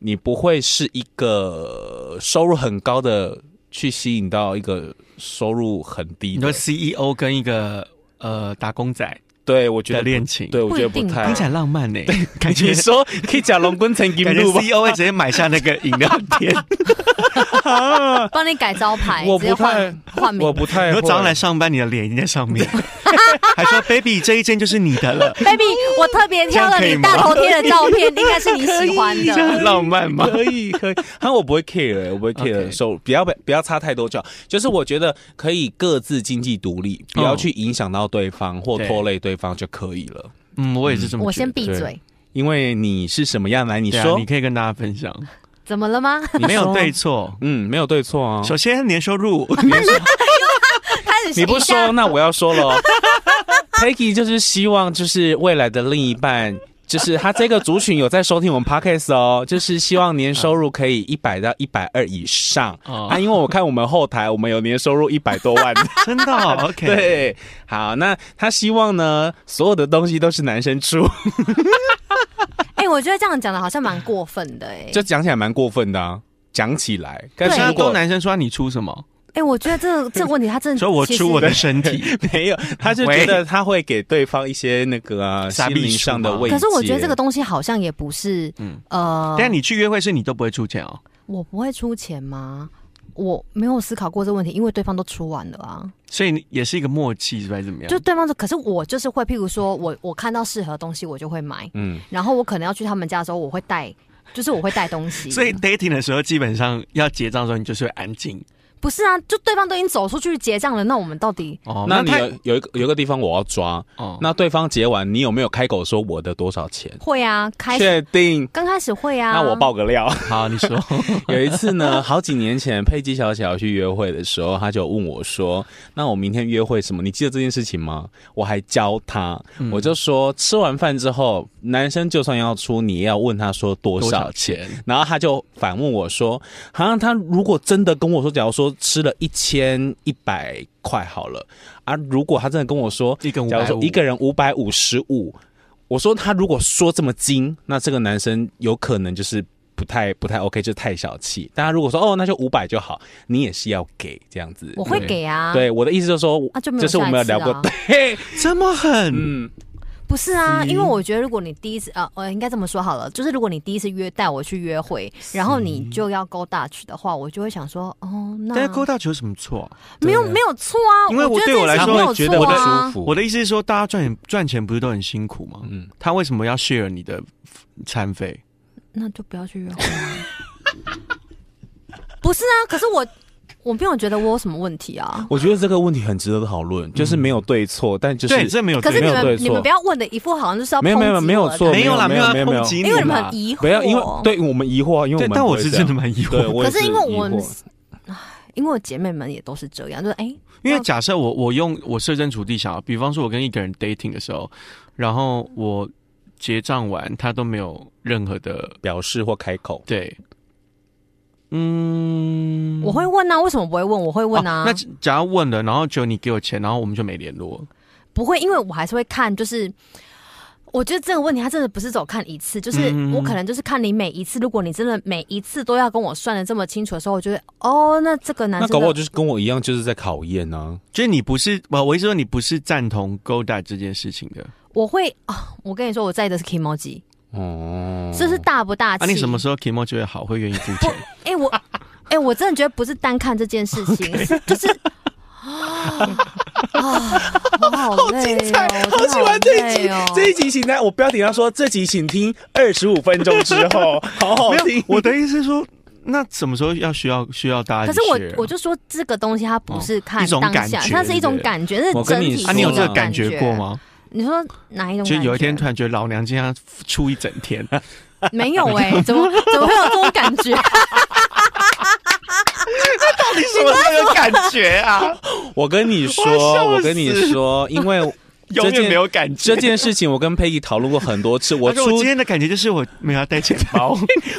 你不会是一个收入很高的去吸引到一个收入很低你的说。CEO 跟一个呃打工仔对，我觉的得恋情，对，我觉得不一不定吧太听起。来浪漫呢、感觉你说可以讲龙滚成金感觉路吧？ CEO E 会 [laughs] 直接买下那个饮料 [laughs] 店，帮你改招牌，我直接不太换换名我。不太然会后。早上来上班，你的脸已经在上面， [laughs] 还说 “baby”，这一件就是你的 [laughs] 了， baby，我特别挑了你大头贴的照片，应该是你喜欢这样很的。浪漫吗？可以可以，然后我不会 care，欸我不会 OK care 收入，不要不要差太多就好。就是我觉得可以各自经济独立，不要去影响到嗯对方或对拖累对方就可以了。嗯，我也是这么觉得。我先闭对嘴，因为你是什么样来，你对啊说你可以跟大家分享，怎么了吗？你没有说 [laughs] 对错。嗯，没有对错啊。首先，年收 [laughs] 入，开始 [laughs] 你不一下说，那我要说了 [laughs] 哦。Peggy 就是希望，就是未来的另一半，就是他这个族群有在收听我们 Podcast 哦， [laughs] 就是希望年收入可以一百到一百二以上哦啊，因为我看我们后台，我们有年收入一百多 [laughs] 万。真的哦 OK，，对，好，那他希望呢，所有的东西都是男生出，哎、我觉得这样讲的好像蛮过分的哎、就讲起来蛮过分的啊。讲起来，但但是是如都果男生说你出什么，哎、我觉得这这个问题他真的，所以我其实出我的身体，没 [laughs] 有，他就觉得他会给对方一些那个啊傻心逼灵书上的嘛慰藉。可是我觉得这个东西好像也不是，嗯呃，但你去约会是你都不会出钱哦。我不会出钱吗？我没有思考过这个问题，因为对方都出完了啊。所以也是一个默契，是吧？还是怎么样？就对方说，可是我就是会，譬如说我我看到适合的东西，我就会买。嗯，然后我可能要去他们家的时候，我会带，就是我会带东 [laughs] 西。所以 dating 的时候，基本上要结账的时候，你就是会安静不是啊，就对方都已经走出去结账了，那我们到底哦。那你他有有一个有一个地方我要抓，哦，那对方结完，你有没有开口说我的多少钱？会啊？开始确定？刚开始会啊。那我爆个料，好，你说 [laughs] 有一次呢，好几年前佩姬小姐要去约会的时候，她就问我说：“那我明天约会什么？你记得这件事情吗？”我还教她，嗯我就说吃完饭之后，男生就算要出，你也要问他说多少钱。？然后他就反问我说：“啊，他如果真的跟我说，假如说吃了一千一百块好了啊，如果他真的跟我说，一根五假如百说一个人五百五十五，我说他如果说这么精，那这个男生有可能就是不太不太 OK，就太小气。但他如果说哦，那就五百就好，你也是要给这样子。我会给啊。对我的意思就是说，啊就没有是我们下有一次聊过啊，对，这么狠，嗯，不是啊，是因为我觉得如果你第一次呃，我应该这么说好了，就是如果你第一次约带我去约会，然后你就要 go Dutch 的话，我就会想说，哦，那但是勾大球有什么错啊？没有没有错啊，因为我我觉得对我来这件他说事没有会觉得错不啊舒。服。我的意思是说，大家赚赚钱不是都很辛苦吗？嗯他为什么要 share 你的餐费？那就不要去约会啊。 [laughs] 不是啊，可是我我没有觉得我有什么问题啊。我觉得这个问题很值得讨论，就是没有对错，但就是对，这没有可对，是没你有们哦对错你们不要问的一副好像就是要没有没有抨击没有我的错没有啦，没有有没要有没有抨击你因嘛，为你们很疑惑，不要因为对我们疑惑，因为对我，们但不我会是这真样的蛮疑惑对，的。我可是因为我疑们惑，因为我姐妹们也都是这样，就是哎，因为假设我我用我设身处地想，比方说我跟一个人 dating 的时候，然后我结账完，他都没有任何的表示或开口，对，嗯，我会问啊，为什么不会问？我会问啊哦，那假如问了，然后就你给我钱，然后我们就没联络，不会，因为我还是会看，就是。我觉得这个问题，它真的不是走看一次，就是嗯我可能就是看你每一次，如果你真的每一次都要跟我算的这么清楚的时候，我就会哦，那这个男那生搞不好的就是跟我一样，就是在考验啊呢。就是你不是我，我意思说你不是赞同勾搭这件事情的我会啊、我跟你说，我在意的是 emoji，哦，这是大不大气？啊？你什么时候 Kimo 觉得好会愿意付 [laughs] 钱？哎、我哎、我真的觉得不是单看这件事 [laughs] 情，是就是啊啊，我好累哦，我真的好累哦。一集，请在我 [laughs] 标题上说这集请听二十五分钟之后，好好哦没有，我的意思是说，那什么时候要需要需要大家可一是起 share 啊？我我就说这个东西它不是哦看一种当感下，觉它是一种感觉，是我跟整你体性说啊，的你有这个我感觉过？吗？你说哪一种就感觉？有一天突然觉得老娘今天要出一整 [laughs] 天， [laughs] 没有哎、 [laughs] 怎么怎么会有这种感觉？你什么那个感觉 [laughs] 啊？我跟你说我要笑，我跟你死说，因为这永件远没有感觉这。件事情，我跟 Peggy 讨论过很多次。我 [laughs] 他说我出今天的感觉就是我没有要带钱包，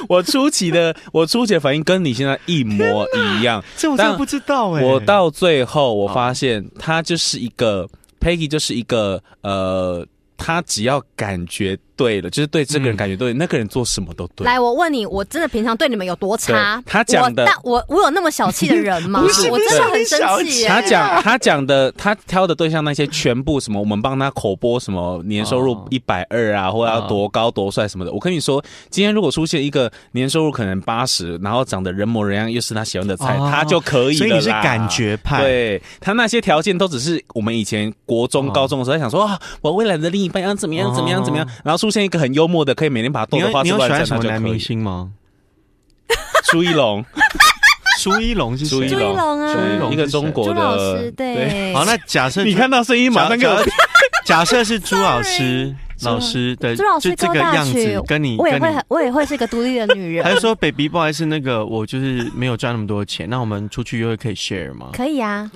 我初期的我初期的反应跟你现在一模一样。 [laughs] 这我真但的不知道哎、我到最后我发现，他就是一个 Peggy，就是一个呃，他只要感觉对了，就是对这个人嗯感觉对，那个人做什么都对。来，我问你，我真的平常对你们有多差对？他讲的我但我我有那么小气的人吗？ [laughs] 不是我真的很生不是气、耶他讲他讲的他挑的对象那些全部什么，我们帮他口播什么年收入哦一百二啊，或者要多高多帅什么的。我跟你说，今天如果出现一个年收入可能八十，然后长得人模人样，又是他喜欢的菜，哦他就可以所以了你是啦感。觉派，对他那些条件都只是我们以前国中、哦高中的时候在想说啊，我未来的另一半要怎么样怎么样怎么样，然后出现一个很幽默的，可以每天把豆你豆有花你吃有完喜再欢什他么就男可明以。星吗？朱一龙，苏一龙是朱谁一？朱一龙啊朱一龙，龙一个是中谁国朱的老师对，好，那假设你看到声音马上给我假 [laughs] 假假设是朱老师老师的，朱老师就这高个大样学子跟你我也跟会你很，我也会是个独立的女他人就，说：“baby，不好意思，那个我就是没有赚那么多钱，那我们出去约会可以 share 吗 [laughs] 可以啊，？”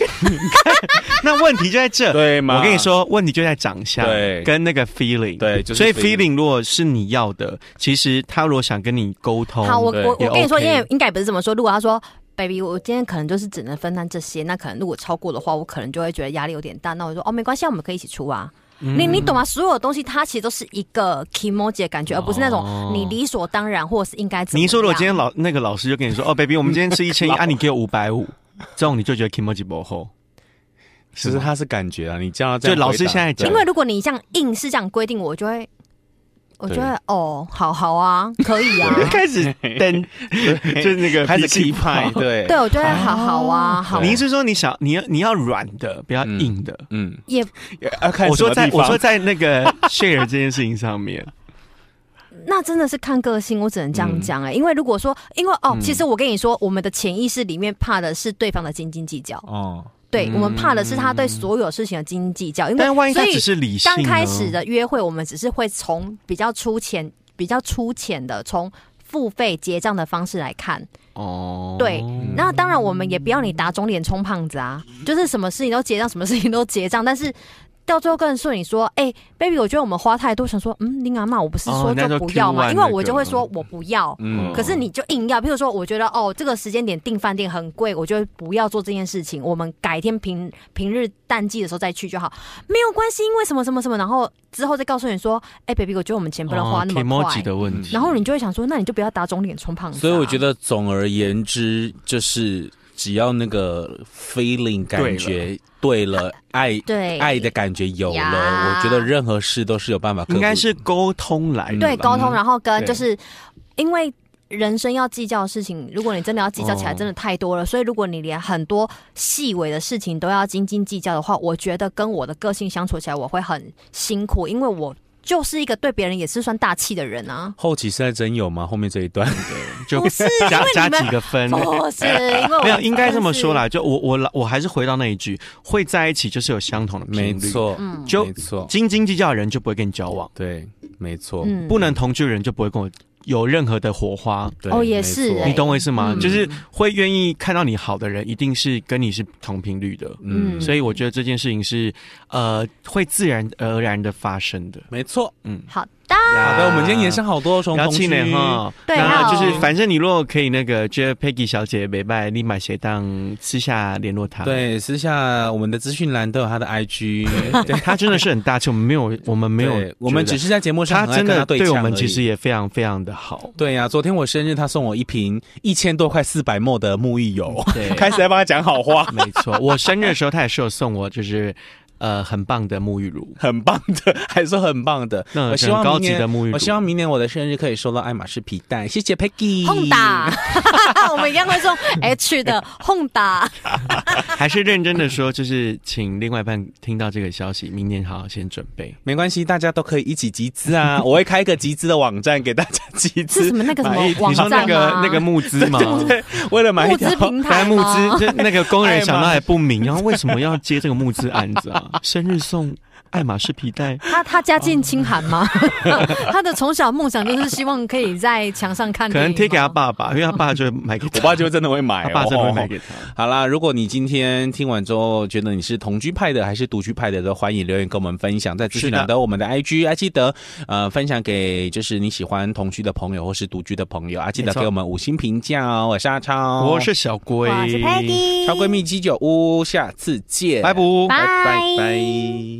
那问题就在这，对吗？我跟你，说，问题就在长相，对跟那个 feeling，对就是所以 feeling feeling 如果是你要的，其实他如果想跟你沟通，好，我对我哦也我跟你说， OK 因为应该也不是这么说。如果他说，baby，我今天可能就是只能分担这些，那可能如果超过的话，我可能就会觉得压力有点大。那我就说，哦，没关系啊，我们可以一起出啊。嗯你你懂吗？所有东西它其实都是一个 emoji 的感觉，而不是那哦种你理所当然或者是应该怎么样。你一说如果今天老那个老师就跟你说，哦，baby，我们今天吃一 [laughs] 千一，啊，你给我五百五，这种你就觉得 kimoji 不厚，其实他是感觉啊，你叫他这样回就答，老师现在讲。因为如果你这样硬是这样规定我，我就会，我就会哦，好好啊，可以啊 [laughs] 开始登，就是那个开始脾气 key 派，暴。对对，，我就会好好啊，好你意思说你想你要你要软的，不要嗯硬的。嗯，也要看我什说么在地我方说在那个 share 这件事情上 [laughs] 面，那真的是看个性，我只能嗯这样讲哎、因为如果说，因为哦，其实我跟你说，我们的潜意识里面怕的是对方的斤斤计较，哦，对我们怕的是他对所有事情的斤斤计较，因为嗯但万一他所以只是理性呢，刚开始的约会，我们只是会从比较粗浅、比较粗浅的从。付费结账的方式来看，哦，对嗯那当然我们也不要你打肿脸充胖子啊，就是什么事情都结账，什么事情都结账，但是到最后跟人说你说，哎、b a b y 我觉得我们花太多，想说，嗯，林阿妈，我不是哦说那就就不要 Q 嘛， one 因为我就会那个说我不要，嗯，可是你就硬要，比如说，我觉得哦，这个时间点订饭店很贵，我就不要做这件事情，我们改天平平日淡季的时候再去就好，没有关系，因为什么什么什么，然后之后再告诉你说，哎、b a b y 我觉得我们钱不能哦花那么 emoji 快，的问题，然后你就会想说，那你就不要打肿脸充胖子啊、所以我觉得得总而言之，就是只要那个 feeling 感觉对了，爱对爱的感觉有了，呀我觉得任何事都是有办法克服。应该是沟通来的吧，对沟通，然后跟对就是因为。人生要计较的事情，如果你真的要计较起来，哦真的太多了。所以，如果你连很多细微的事情都要斤斤计较的话，我觉得跟我的个性相处起来，我会很辛苦，因为我就是一个对别人也是算大气的人啊。后期是在真有吗？后面这一 [laughs] 段就不是加 [laughs] 因为加你们哦几个分。不是，因为 [laughs] 我没有，应该这么说。啦。就我我我还是回到那一句，会在一起就是有相同的频率。没，错，嗯就没错，斤斤计较的人就不会跟你交往，对，没错，嗯不能同居的人就不会跟我有任何的火花。对哦也是没错哎你懂我意思吗？嗯就是会愿意看到你好的人，一定是跟你是同频率的。嗯嗯，所以我觉得这件事情是呃会自然而然的发生的。没错。嗯，好 [laughs] 的，好好的，我们今天延伸好多，从要同气居馁哈，对那还就有是反正你如果可以那个，觉得 Peggy 小姐没拜，立马写当私下联络她。，对，私下我们的资讯栏都有他的 [laughs] IG，对她真的是很大气，我们没有，我们没有觉对得，我们只是在节目她上很爱真跟的对对我们呛而已其实也非常非常的好。对呀、昨天我生日，他送我一瓶一千多块四百沫的沐浴油，嗯对，。[laughs] 开始在帮他讲好话 [laughs] 没错，我生日的时候她也是有送我，就是呃很棒的沐浴乳，很棒的，还说很棒的。那我希望很高明级年的沐浴乳我希望明年我的生日可以收到爱马仕皮带，谢谢 Peggy。轰打， [laughs] 我们一样会送 H 的轰打。 [laughs] 还是认真的说，就是请另外一半听到这个消息，明年好好先准备。没关系，大家都可以一起集资啊！ [laughs] 我会开一个集资的网站给大家集资，是什么那个什么买一网哎你说站那个吗那个募资嘛， [laughs] 对，为了买一募资条平该台募吗资，就那个工人想到爱马还不明，然后为什么要接这个募资案子啊？ [laughs] 生日送爱马仕皮带，他他家哦境清寒吗？ [laughs] 他的从小梦想就是希望可以在墙上看可电影吗，能贴给他爸爸，因为他爸就买给 [laughs] 我他，爸就真的会买、他哦，爸真的会买给他。好啦，如果你今天听完之后觉得你是同居派的还是独居派的，都欢迎留言跟我们分享，在资讯栏是的的我们的 IG，还、记得呃分享给就是你喜欢同居的朋友或是独居的朋友啊，记得没错给我们五星评价哦。我是阿超，我是小龟，我是 Peggy，超闺蜜鸡酒屋，下次见，拜拜。拜拜拜拜。